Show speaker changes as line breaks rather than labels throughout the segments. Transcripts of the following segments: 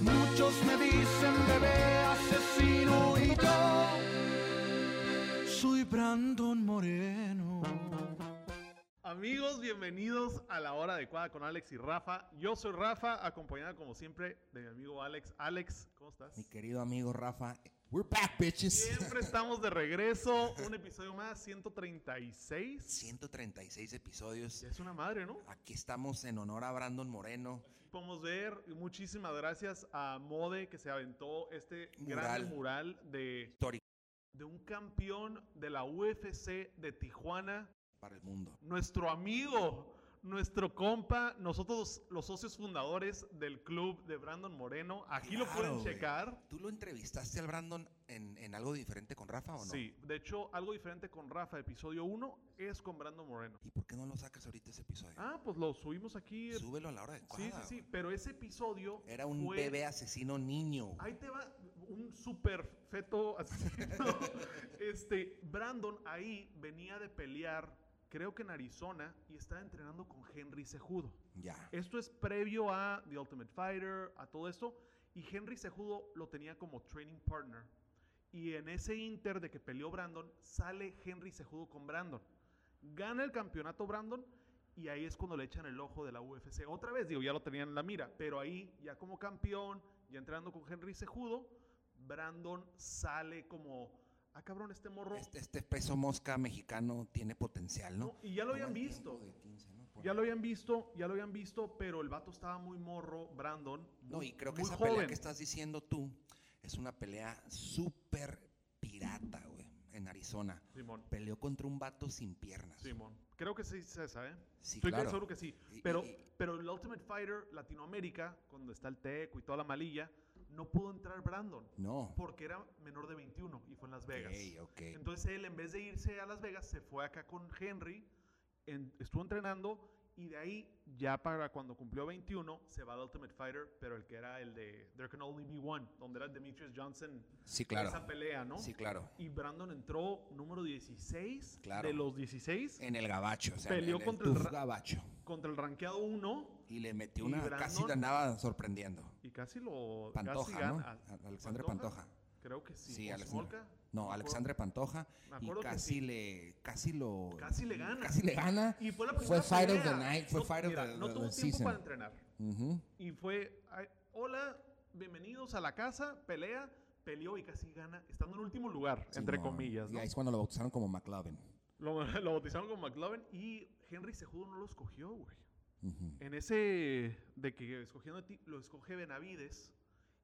Muchos me dicen bebé asesino y yo soy Brandon Moreno.
Amigos, bienvenidos a la hora adecuada con Alex y Rafa. Yo soy Rafa, acompañada como siempre de mi amigo Alex. Alex, ¿cómo estás?
Mi querido amigo Rafa, we're back, bitches.
Siempre estamos de regreso, un episodio más, 136.
136 episodios.
Ya es una madre, ¿no?
Aquí estamos en honor a Brandon Moreno.
Podemos ver, y muchísimas gracias a Mode que se aventó este
Mural.
gran mural de,
Histórico
de un campeón de la UFC de Tijuana,
para el mundo.
nuestro amigo, nuestro compa, nosotros los socios fundadores del club de Brandon Moreno. Aquí lo
Claro,
pueden
güey.
checar.
¿Tú lo entrevistaste al Brandon en, en algo diferente con Rafa o no?
Sí, de hecho, algo diferente con Rafa, episodio 1 es con Brandon Moreno.
¿Y por qué no lo sacas ahorita ese episodio?
Ah, pues lo subimos aquí.
Súbelo a la hora
Sí,
adecuada.
sí, sí,
güey.
pero ese episodio
Era un
fue-
bebé asesino niño. güey.
Ahí te va un super feto asesino. este, Brandon ahí venía de pelear, creo que en Arizona, y estaba entrenando con Henry Sejudo.
Ya.
Esto es previo a The Ultimate Fighter, a todo esto. Y Henry Sejudo lo tenía como training partner. Y en ese inter de que peleó Brandon, sale Henry Sejudo con Brandon. Gana el campeonato Brandon y ahí es cuando le echan el ojo de la UFC. Otra vez, digo, ya lo tenían en la mira, pero ahí ya como campeón, ya entrando con Henry Sejudo, Brandon sale como, ah cabrón, este morro
Este, este peso mosca mexicano tiene potencial, ¿no?
No, y ya lo
Toma
habían
el
visto.
tiempo de 15, ¿no? Por-
Ya lo habían visto, ya lo habían visto, pero el vato estaba muy morro, Brandon.
No,
muy-
y creo que
muy
esa pelea que estás diciendo tú es una pelea súper pirata, güey, en Arizona.
Simón,
Peleó contra un vato sin piernas.
Simón. Creo que sí es esa, ¿eh?
Sí,
Estoy
claro.
seguro que sí.
Y-
Pero,
y- y-
pero el Ultimate Fighter Latinoamérica, cuando está el Teco y toda la malilla, no pudo entrar Brandon.
No.
Porque era menor de 21 y fue en Las Vegas.
ok.
Entonces él, en vez de irse a Las Vegas, se fue acá con Henry, en- estuvo entrenando y de ahí, ya para cuando cumplió 21, se va al Ultimate Fighter, pero el que era el de There Can Only Be One, donde era Demetrius Johnson.
Sí, claro.
Esa pelea, ¿no?
Sí, claro.
Y Brandon entró número 16
Claro. Eh.
de los 16
En el gabacho, o sea,
Peleó
en el,
contra el
TUF
Ra-
gabacho.
contra el rankeado 1
Y le metió
Y
una...
Brandon-
Casi lo andaba sorprendiendo.
y casi lo...
Pantoja,
casi gana-
¿no? A- Alexandre Pantoja.
Creo que sí.
Sí,
¿O
Alexandre.
Smolka?
No,
me acuerdo.
Alexandre Pantoja.
Me
Y
acuerdo que
casi
sí.
le... Casi lo...
Casi le gana.
Casi le gana.
Y fue la primera
Fight of
pelea.
the Night. Fue
No,
Fight of
mira,
the,
No
the- the
tuvo tiempo
Season.
para entrenar.
Ujú.
Y fue, ay, hola, bienvenidos a la casa, pelea, peleó y casi gana, estando en último lugar, entre
Simón.
comillas,
Y
¿no?
ahí es cuando lo bautizaron como McLovin.
Lo, lo bautizaron con McLovin y Henry Sejudo no lo escogió, güey. En ese de que escogiendo a ti, lo escoge Benavides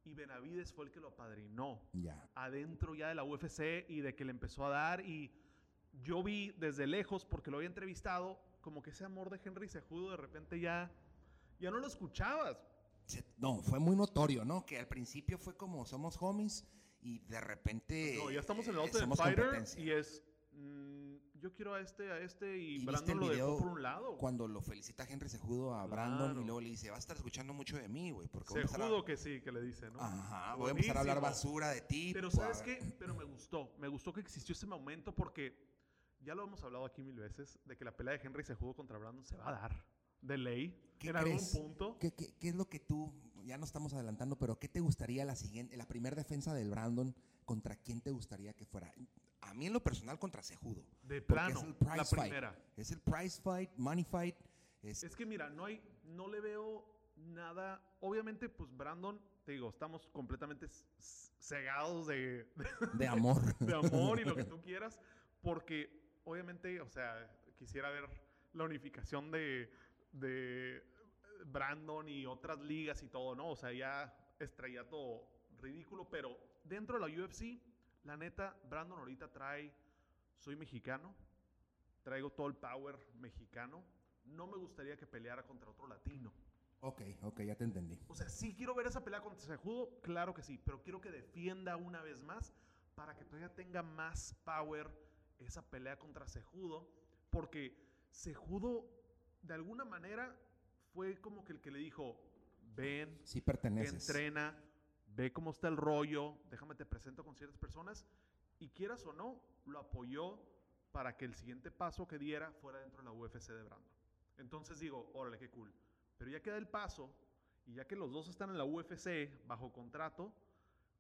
y Benavides fue el que lo apadrinó
Ya.
adentro ya de la UFC y de que le empezó a dar y yo vi desde lejos porque lo había entrevistado como que ese amor de Henry Sejudo de repente ya ya no lo escuchabas
Se- no, fue muy notorio, ¿no? Que al principio fue como somos homies y de repente.
No, ya estamos en el
eh,
Ultimate
somos
Fighter
competencia.
y es. mm, yo quiero a este, a este, y,
¿Y viste
Brandon
el
lo dejó
video
por un lado.
Cuando lo felicita Henry Sejudo a Brandon
Claro.
y luego le dice, vas a estar escuchando mucho de mí, güey. Porque voy a
Se
empezar a-
judo que sí, que le dice, ¿no?
Ajá, voy a empezar a hablar
Buenísimo.
basura de ti.
Pero
pues,
¿sabes
a-
qué? Pero me gustó. Me gustó que existió ese momento porque ya lo hemos hablado aquí mil veces de que la pelea de Henry Sejudo contra Brandon se va a dar de ley
¿Qué
en
crees?
algún punto.
¿Qué, qué, qué es lo que tú, ya no estamos adelantando, pero qué te gustaría la siguiente, la primera defensa del Brandon, contra quién te gustaría que fuera? A mí en lo personal contra Sejudo.
De
Porque
plano,
prize
la
fight.
primera.
Es el prize fight, money fight. Es,
Es que mira, no hay, no le veo nada. Obviamente, pues Brandon, te digo, estamos completamente c- c- cegados de,
de amor.
de amor y lo que tú quieras, porque obviamente, o sea, quisiera ver la unificación de, de Brandon y otras ligas y todo, ¿no? O sea, ya estrella todo ridículo, pero dentro de la UFC, la neta, Brandon ahorita trae, soy mexicano, traigo todo el power mexicano, no me gustaría que peleara contra otro latino.
ok, ok, ya te entendí.
O sea, sí quiero ver esa pelea contra Sejudo, claro que sí, pero quiero que defienda una vez más para que todavía tenga más power esa pelea contra Sejudo, porque Sejudo de alguna manera fue como que el que le dijo, ven,
Sí perteneces.
entrena, ve cómo está el rollo, déjame te presento con ciertas personas, y quieras o no, lo apoyó para que el siguiente paso que diera fuera dentro de la UFC de Brandon. Entonces digo, órale, qué cool. Pero ya queda el paso Y ya que los dos están en la UFC bajo contrato,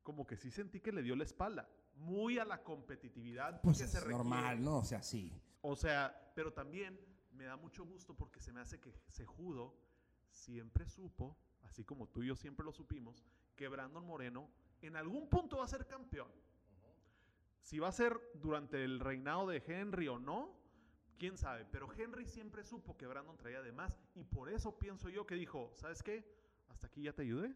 como que sí sentí que le dio la espalda. Muy a la competitividad
Pues
que
es
se requiere.
normal, ¿no? O sea, sí.
O sea, pero también me da mucho gusto porque se me hace que Sejudo siempre supo, así como tú y yo siempre lo supimos, que Brandon Moreno en algún punto va a ser campeón. Si va a ser durante el reinado de Henry o no, quién sabe. Pero Henry siempre supo que Brandon traía de más y por eso pienso yo que dijo, ¿sabes qué? Hasta aquí ya te ayudé.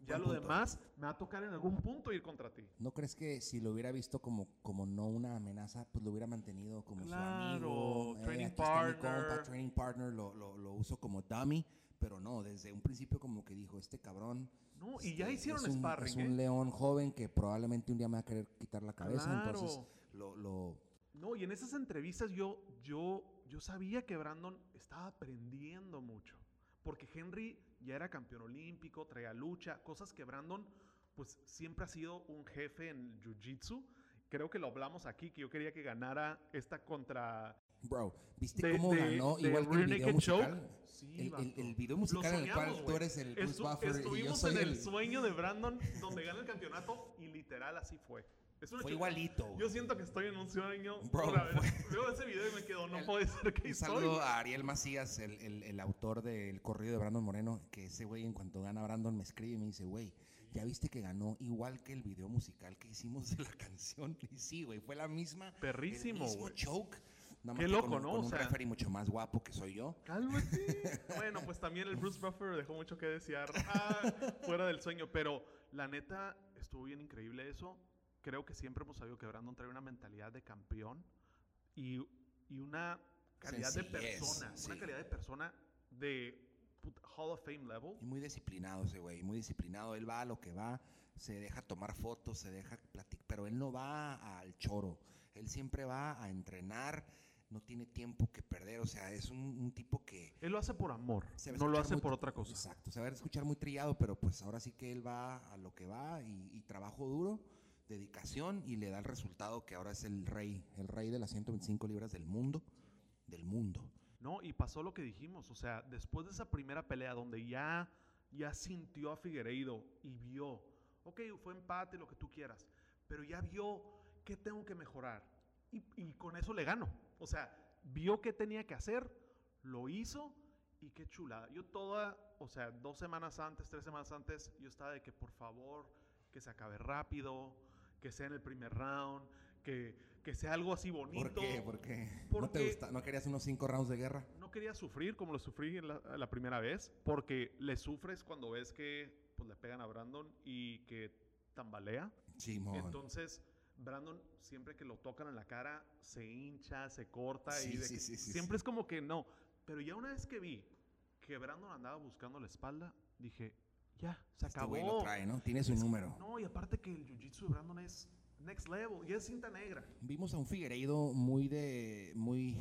Ya
Buen
lo
punto.
demás me va a tocar en algún punto ir contra ti.
¿No crees que si lo hubiera visto como, como no una amenaza, pues lo hubiera mantenido como su amigo? Eh,
Claro, training
aquí está mi
partner.
compa, training partner, lo, lo, lo uso como dummy, pero no, desde un principio como que dijo, este cabrón...
No, y ya
este,
hicieron
es un,
sparring.
Es un
¿eh?
león joven que probablemente un día me va a querer quitar la cabeza, entonces
Claro.
lo... lo
No, y en esas entrevistas yo, yo, yo sabía que Brandon estaba aprendiendo mucho. Porque Henry ya era campeón olímpico, traía lucha, cosas que Brandon, pues siempre ha sido un jefe en jiu-jitsu. Creo que lo hablamos aquí, que yo quería que ganara esta contra.
bro, ¿viste
de-
cómo
de-
ganó?
de
Igual que
Rear
el video
Naked
musical.
Choke. Sí,
El, el-
vato.
el video
Lo
musical en el
soñamos,
cual tú
güey.
eres el Bruce
Estu-
Buffer y yo
Estuvimos
soy
en el...
el...
sueño de Brandon, donde gana el campeonato, y literal así fue. Es una
Fue
chulada.
igualito. güey.
Yo siento que estoy en un sueño.
Bro,
otra vez.
fue-
Veo ese video y me quedo, no
El-
puede ser que
Un
estoy.
saludo a Ariel Macías, el, el- el autor del corrido de Brandon Moreno, que ese güey en cuanto gana Brandon me escribe y me dice, güey, ya viste que ganó igual que el video musical que hicimos de la canción. Y sí, güey, fue la misma.
Perrísimo,
el mismo
güey.
choke. nada más
Qué
que
loco,
con, un-
¿no?
Con
O
un
sea-
referee mucho más guapo que soy yo.
Cálmate. bueno, pues también el Bruce Buffer dejó mucho que desear ah, fuera del sueño, pero la neta estuvo bien increíble eso. Creo que siempre hemos sabido que Brandon trae una mentalidad de campeón y, y una calidad de
Sencillez,
persona, una
sí.
calidad de persona de put- Hall of Fame level.
Y muy disciplinado ese güey, muy disciplinado. Él va a lo que va, se deja tomar fotos, se deja platicar, pero él no va al choro. Él siempre va a entrenar, no tiene tiempo que perder. O sea, es un- un tipo que...
Él lo hace por amor,
Se va a
no lo
escuchar
hace
muy-
por otra cosa.
Exacto, se va a escuchar muy trillado, pero pues ahora sí que él va a lo que va y, y trabajo duro, dedicación y le da el resultado que ahora es el rey, el rey de las 125 libras del mundo, del mundo.
No, y pasó lo que dijimos, o sea, después de esa primera pelea donde ya, ya sintió a Figueiredo y vio, ok, fue empate, lo que tú quieras, pero ya vio que tengo que mejorar y, y con eso le gano. O sea, vio que tenía que hacer, lo hizo y qué chulada. Yo toda, o sea, dos semanas antes, tres semanas antes, yo estaba de que por favor, que se acabe rápido, que sea en el primer round, que, que sea algo así bonito.
¿Por qué? ¿Por qué? ¿No
Porque-
te gusta? ¿No querías unos cinco rounds de guerra?
No quería sufrir como lo sufrí en la, la primera vez, porque le sufres cuando ves que pues, le pegan a Brandon y que tambalea.
Simón.
Entonces, Brandon, siempre que lo tocan en la cara, se hincha, se corta. y
Sí,
de
sí,
que-
sí, sí,
siempre
sí.
es como que no. Pero ya una vez que vi que Brandon andaba buscando la espalda, dije, ya, se
Este
acabó.
güey lo trae, ¿no? Tiene su número.
No, y aparte que el jiu-jitsu de Brandon es next level, y es cinta negra.
Vimos a un Figueiredo muy de, muy,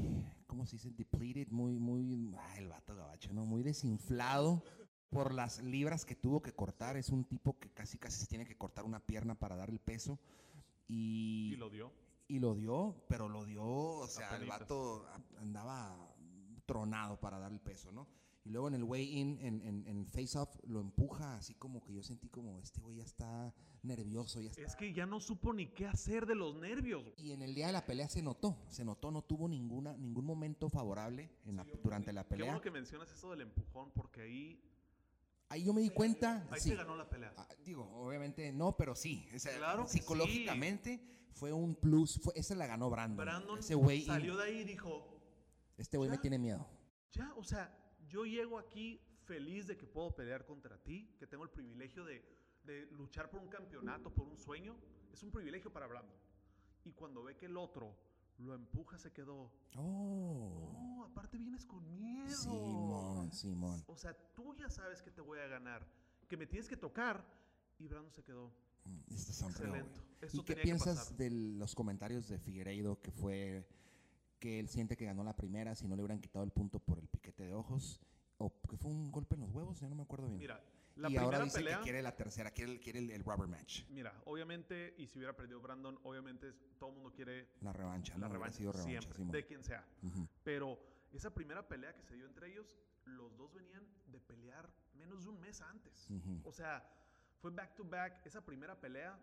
¿cómo se dice? Depleted, muy, muy, ah, el vato gabacho, ¿no? Muy desinflado por las libras que tuvo que cortar. Es un tipo que casi, casi se tiene que cortar una pierna para dar el peso. Y,
Y lo dio.
y lo dio, pero lo dio, o sea, el
penitas.
vato a- andaba tronado para dar el peso, ¿no? Y luego en el weigh-in, en, en, en face-off, lo empuja así como que yo sentí como, este güey ya está nervioso, ya está
Es que ya no supo ni qué hacer de los nervios. güey.
y en el día de la pelea se notó, se notó, no tuvo ninguna, ningún momento favorable en la- durante la
Qué
pelea.
bueno que mencionas eso del empujón, porque ahí
Ahí yo me di cuenta,
Ahí
sí,
se ganó la pelea.
ah, digo, obviamente no, pero sí, o sea,
Claro que
psicológicamente fue un plus, fue, esa la ganó Brandon.
Brandon
Ese güey,
salió de ahí y dijo,
este güey me
Ya.
tiene miedo.
ya, o sea, yo llego aquí feliz de que puedo pelear contra ti, que tengo el privilegio de, de luchar por un campeonato, por un sueño. Es un privilegio para Brandon. Y cuando ve que el otro lo empuja, se quedó,
Oh,
no, aparte vienes con miedo.
Simón, Simón.
O sea, tú ya sabes que te voy a ganar, que me tienes que tocar. Y Brandon se quedó,
Mm, Este sonrió, güey.
excelente. Esto
¿Y qué
tenía que
piensas
pasar.
de los comentarios de Figueiredo que fue que él siente que ganó la primera si no le hubieran quitado el punto por el piquete de ojos? ¿O que fue un golpe en los huevos? Ya no me acuerdo bien.
Mira, la
y
primera
ahora dice
pelea...
que quiere la tercera, quiere, el- quiere el, el rubber match,
Mira, obviamente, y si hubiera perdido Brandon, obviamente es- todo el mundo quiere
la revancha.
la
¿no? Hubiera
revancha,
sido revancha,
siempre,
Simón.
de quien sea.
Ujú.
Pero Esa primera pelea que se dio entre ellos, los dos venían de pelear menos de un mes antes.
Ujú.
O sea, fue back to back. Esa primera pelea,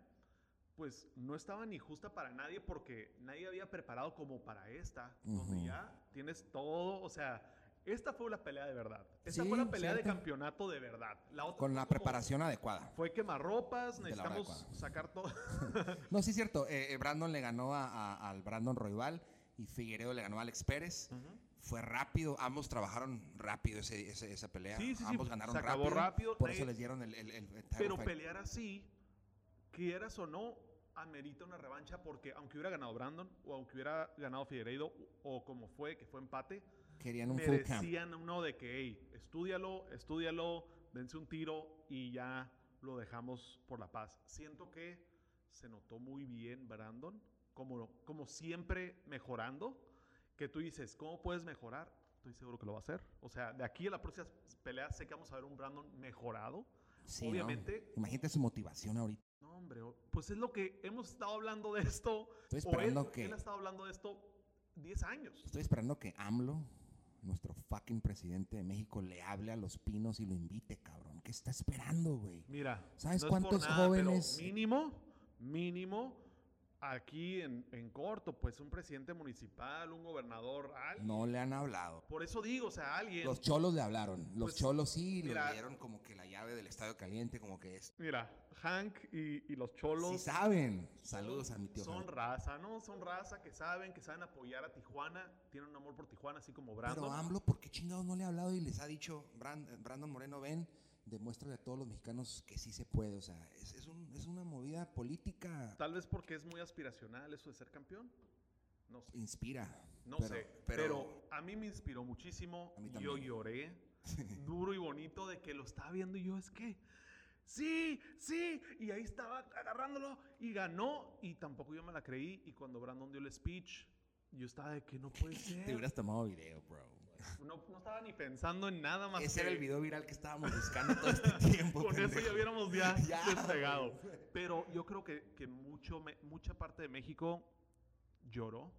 pues no estaba ni justa para nadie porque nadie había preparado como para esta, donde
Ujú.
ya tienes todo. O sea, esta fue la pelea de verdad. Esta fue
Sí,
la pelea de
cierto.
campeonato de verdad. La otra
Con
fue
la
como-
preparación adecuada.
Fue quemarropas,
De la hora
necesitamos
adecuada.
sacar todo.
No, sí es cierto. eh, eh, Brandon le ganó a- a- al Brandon Roybal y Figueredo le ganó a Alex Pérez.
Ujú.
Fue rápido, ambos trabajaron rápido ese- ese- esa pelea.
Sí, sí, sí,
ambos ganaron
se acabó
rápido,
rápido,
Por
nadie-
eso les dieron el, el- el title
Pero
fight.
pelear así, quieras o no, amerita una revancha porque aunque hubiera ganado Brandon o aunque hubiera ganado Figueiredo o como fue, que fue empate,
Querían un full camp.
merecían uno de que, hey, estúdialo, estúdialo, dense un tiro y ya lo dejamos por la paz. Siento que se notó muy bien Brandon, como, como siempre mejorando, que tú dices, ¿cómo puedes mejorar? Estoy seguro que lo va a hacer. O sea, de aquí a la próxima pelea sé que vamos a ver un Brandon mejorado.
Sí, ¿no?
obviamente-
Imagínate su motivación ahorita.
No, hombre, o- pues es lo que hemos estado hablando de esto.
Estoy
o él,
esperando que.
él ha estado hablando de esto 10 años.
Estoy esperando que AMLO, nuestro fucking presidente de México, le hable a los pinos y lo invite, cabrón. ¿Qué está esperando, güey?
Mira,
¿Sabes
es por
cuántos
pero
jóvenes-
mínimo, mínimo, aquí en, en corto, pues un presidente municipal, un gobernador, alguien.
No le han hablado.
Por eso digo, o sea, alguien.
Los cholos le hablaron. Los
Pues,
cholos sí
mira-
le dieron como que la llave del estadio caliente, como que es.
Mira, Hank y, y los cholos.
Sí saben. Saludos a mi tío.
Son
Javi.
raza, ¿no? Son raza que saben, que saben apoyar a Tijuana, tienen un amor por Tijuana, así como Brandon.
Pero AMLO, ¿por qué chingados no le ha hablado y les ha dicho, "Bran- Brandon Moreno, ven, demuéstrale a todos los mexicanos que sí se puede? O sea, es, es un- es una movida política.
Tal vez porque es muy aspiracional eso de ser campeón. No sé.
Inspira.
No
Pero-
sé, pero,
pero-
a mí me inspiró muchísimo.
A mí
Yo
también.
lloré duro y bonito de que lo estaba viendo y yo es que sí, sí, y ahí estaba agarrándolo y ganó y tampoco yo me la creí y cuando Brandon dio el speech yo estaba de que no puede
Te
ser.
hubieras tomado video, bro.
No, no estaba ni pensando en nada más.
Ese era
que
el video viral que estábamos buscando todo este tiempo.
Con eso ya
pendejo.
hubiéramos ya,
Ya,
despegado.
güey.
Pero yo creo que, que mucho, me- mucha parte de México lloró.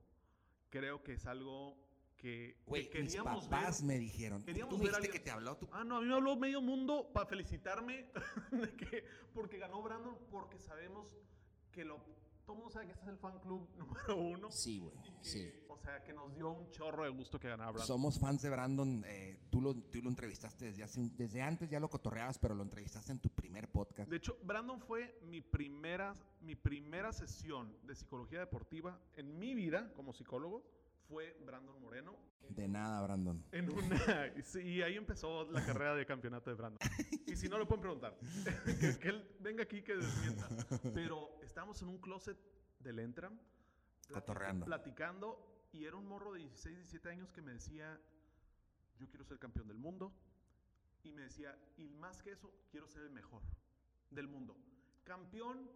Creo que es algo que, que
Güey, mis
queríamos ver.
papás me dijeron. Tú
queríamos
me
ver
dijiste
algo-
que te habló tu
Ah, no, a mí me habló medio mundo para felicitarme de que- porque ganó Brandon, porque sabemos que lo. Todo mundo sabe que este es el fan club número uno.
Sí, güey, sí.
O sea, que nos dio un chorro de gusto que ganara Brandon.
Somos fans de Brandon. eh, tú, lo, tú lo entrevistaste desde, hace un- desde antes, ya lo cotorreabas, pero lo entrevistaste en tu primer podcast.
De hecho, Brandon fue mi primera, mi primera sesión de psicología deportiva en mi vida como psicólogo. Fue Brandon Moreno.
De nada, Brandon.
En una, y sí, y ahí empezó la carrera de campeonato de Brandon. Y si no, lo pueden preguntar. que, que él venga aquí que desmienta. Pero estábamos en un closet del Entram. platic-
Cotorreando.
Platicando. Y era un morro de 16, 17 años que me decía, yo quiero ser campeón del mundo. Y me decía, y más que eso, quiero ser el mejor del mundo. Campeón,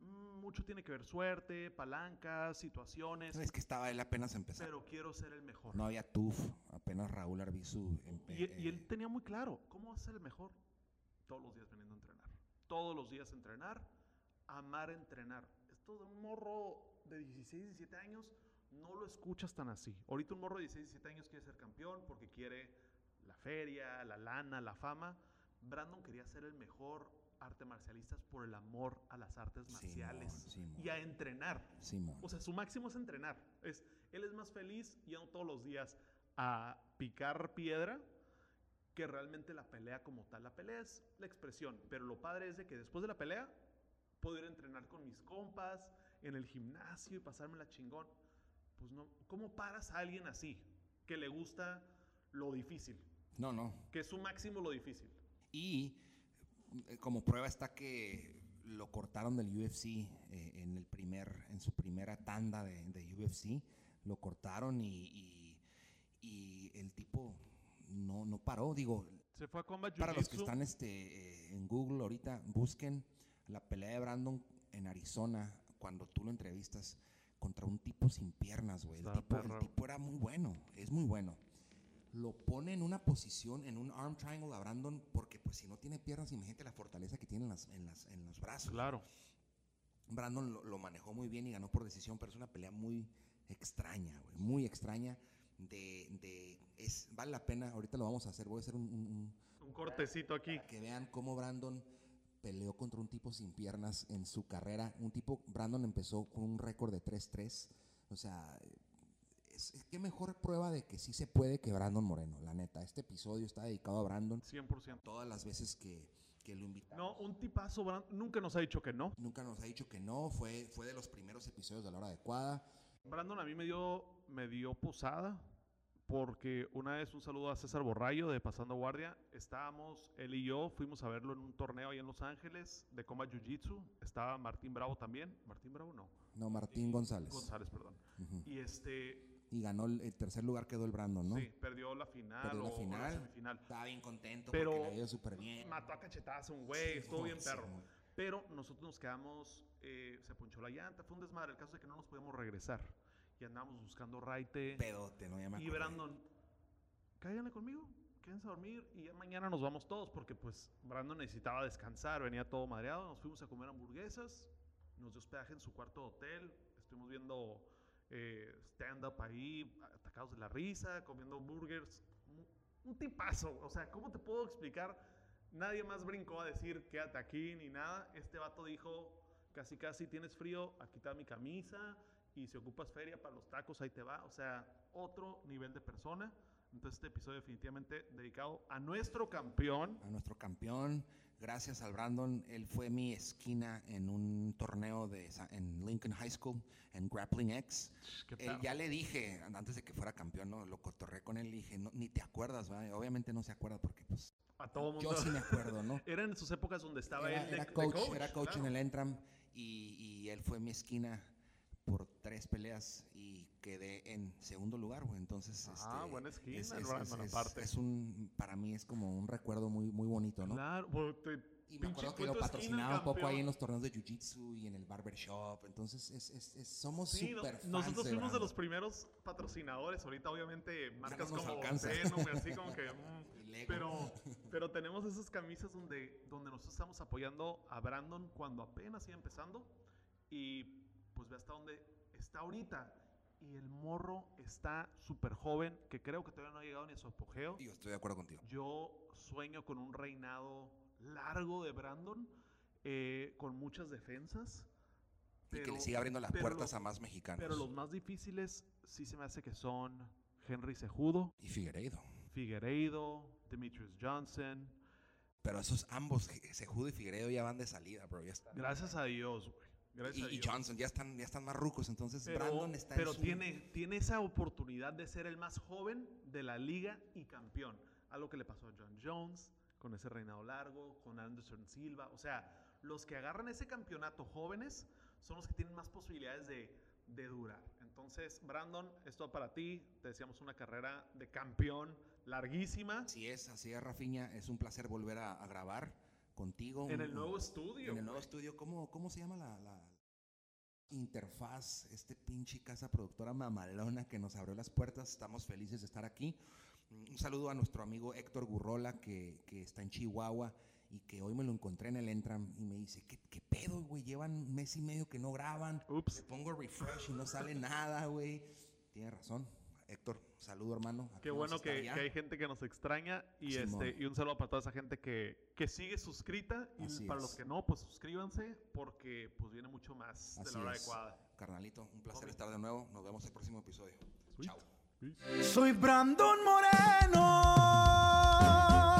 mm, mucho tiene que ver suerte, palancas, situaciones.
Sabes que estaba él apenas empezando.
Pero quiero ser el mejor.
No había TUF, apenas Raúl Arbizu. em-
Y, e,
eh,
y él
eh,
tenía muy claro, ¿cómo va a ser el mejor? Todos los días veniendo a entrenar. Todos los días entrenar, amar entrenar. Esto de un morro de 16, 17 años, no lo escuchas tan así. Ahorita un morro de 16, 17 años quiere ser campeón porque quiere la feria, la lana, la fama. Brandon quería ser el mejor arte marcialista por el amor a las artes
Simón,
marciales
Simón.
y a entrenar.
Simón.
O sea, su máximo es entrenar. Es, él es más feliz yendo todos los días a picar piedra que realmente la pelea como tal. La pelea es la expresión, pero lo padre es de que después de la pelea puedo ir a entrenar con mis compas en el gimnasio y pasármela chingón. Pues no, ¿cómo paras a alguien así que le gusta lo difícil?
No, no.
Que es su máximo lo difícil.
Y eh, como prueba está que lo cortaron del UFC eh, en el primer, en su primera tanda de, de UFC, lo cortaron y, y- y el tipo no, no paró. Digo,
Se fue a Combat
para los que están este, eh, en Google ahorita, busquen la pelea de Brandon en Arizona cuando tú lo entrevistas contra un tipo sin piernas, güey. El
Estaba
tipo, el
perro.
tipo era muy bueno, es muy bueno. Lo pone en una posición, en un arm triangle a Brandon, porque pues si no tiene piernas, imagínate la fortaleza que tiene en, las, en, las, en los brazos.
Claro.
Brandon lo, lo manejó muy bien y ganó por decisión, pero es una pelea muy extraña, güey, muy extraña. de, de- es, vale la pena, ahorita lo vamos a hacer, voy a hacer un- un- un,
Un cortecito aquí.
que vean cómo Brandon peleó contra un tipo sin piernas en su carrera. Un tipo, Brandon empezó con un récord de 3-3. O sea, es, es- qué mejor prueba de que sí se puede que Brandon Moreno, la neta. Este episodio está dedicado a Brandon.
100%.
Todas las veces que, que lo invitamos.
No, un tipazo, Brand- nunca nos ha dicho que no.
Nunca nos ha dicho que no, fue, fue de los primeros episodios de la hora adecuada.
Brandon a mí me dio, me dio posada porque una vez un saludo a César Borrayo de Pasando Guardia, estábamos, él y yo fuimos a verlo en un torneo ahí en Los Ángeles de Combat Jiu Jitsu, estaba Martín Bravo también, Martín Bravo no,
No, Martín González.
González, perdón.
Ujú.
Y este,
Y ganó el, el tercer lugar, quedó el Brandon, ¿no?
sí, perdió la final
Perdió la
o
final.
semifinal.
Estaba bien contento
Pero-
porque le ha ido súper bien.
Mató a cachetadas a un güey, estuvo bien
Sí,
perro.
güey.
Pero nosotros nos quedamos, eh, se ponchó la llanta, fue un desmadre, el caso es que no nos podíamos regresar. Y andábamos buscando raite.
Pedote, no Ya me
Y
acordé.
Brandon, cáiganle conmigo, quédense a dormir y ya mañana nos vamos todos porque pues Brandon necesitaba descansar, venía todo madreado, nos fuimos a comer hamburguesas, nos dio hospedaje en su cuarto de hotel, estuvimos viendo eh, stand-up ahí, atacados de la risa, comiendo burgers, un, un tipazo, o sea, ¿cómo te puedo explicar? Nadie más brincó a decir quédate aquí ni nada, este vato dijo casi casi tienes frío, aquí está mi camisa y si ocupas feria para los tacos, ahí te va. O sea, otro nivel de persona. Entonces este episodio definitivamente dedicado a nuestro campeón.
a nuestro campeón. Gracias al Brandon, él fue mi esquina en un torneo de, Sa- en Lincoln High School, en Grappling X.
Qué
Él- ya le dije, an- antes de que fuera campeón, ¿no? lo cotorré con él, le dije, "No, ni te acuerdas, ¿verdad?". obviamente no se acuerda porque pues,
A todo mundo.
yo sí me acuerdo, ¿no?
Era en sus épocas donde estaba
era,
él de,
era
de
coach, era coach
claro.
en el Entram y, y él fue mi esquina por tres peleas y quedé en segundo lugar, güey. Entonces,
Ah,
este,
buena esquina, el Brandon,
es-
aparte.
es un, para mí es como un recuerdo muy, muy bonito, ¿no?
Claro, bueno, te-
Y me
pinche
acuerdo que lo
fue tu esquina,
patrocinaba un poco
campeón.
ahí en los torneos de Jiu-Jitsu y en el barbershop. Entonces, es, es- es- somos
Sí, no-
super fans
nosotros
de
fuimos de
Brandon.
los primeros patrocinadores. Ahorita, obviamente, marcas
nos
como
alcanza.
Venom y así como que. mm,
Y Lego.
Pero, pero tenemos esas camisas donde, donde nosotros estamos apoyando a Brandon cuando apenas iba empezando. Y pues ve hasta dónde está ahorita. Y el morro está súper joven, que creo que todavía no ha llegado ni a su apogeo.
Yo estoy de acuerdo contigo.
Yo sueño con un reinado largo de Brandon, eh, con muchas defensas.
y que
pero-
le siga abriendo las
pero
puertas
lo-
a más mexicanos.
pero los más difíciles sí se me hace que son Henry Cejudo,
Y Figueiredo.
Figueiredo, Demetrius Johnson.
Pero esos ambos, Sejudo y Figueiredo, ya van de salida, bro. Ya están.
Gracias a Dios, güey.
Y,
Gracias a
y
Dios.
Johnson, ya están, ya están más rucos. Entonces,
Pero,
Brandon está en
pero
su-
tiene, tiene esa oportunidad de ser el más joven de la liga y campeón. Algo que le pasó a John Jones con ese reinado largo, con Anderson Silva. O sea, los que agarran ese campeonato jóvenes son los que tienen más posibilidades de, de durar. Entonces, Brandon, esto va para ti. Te deseamos una carrera de campeón larguísima
Así es, así es, Rafiña. Es un placer volver a, a grabar contigo.
en
un-
el nuevo
un-
estudio.
En el nuevo estudio, ¿cómo, cómo se llama la, la interfaz? Este pinche casa productora mamalona que nos abrió las puertas. Estamos felices de estar aquí. Mm, Un saludo a nuestro amigo Héctor Gurrola, que, que está en Chihuahua y que hoy me lo encontré en el Entram y me dice, ¿qué, qué pedo, güey? Llevan un mes y medio que no graban. Le
Ups.
pongo refresh y no sale nada, güey. Tiene razón. Héctor, saludo, hermano. Aquí
Qué
vamos a
bueno
estar
que, que
ya.
hay gente que nos extraña y
Simón.
este y un saludo para toda esa gente que, que sigue suscrita y
Así
para
es.
los que no, pues suscríbanse porque pues viene mucho más de
Así
la hora
es.
adecuada.
Carnalito, un placer
Hombre.
estar de nuevo. Nos vemos el próximo episodio. Chao.
Soy Brandon Moreno.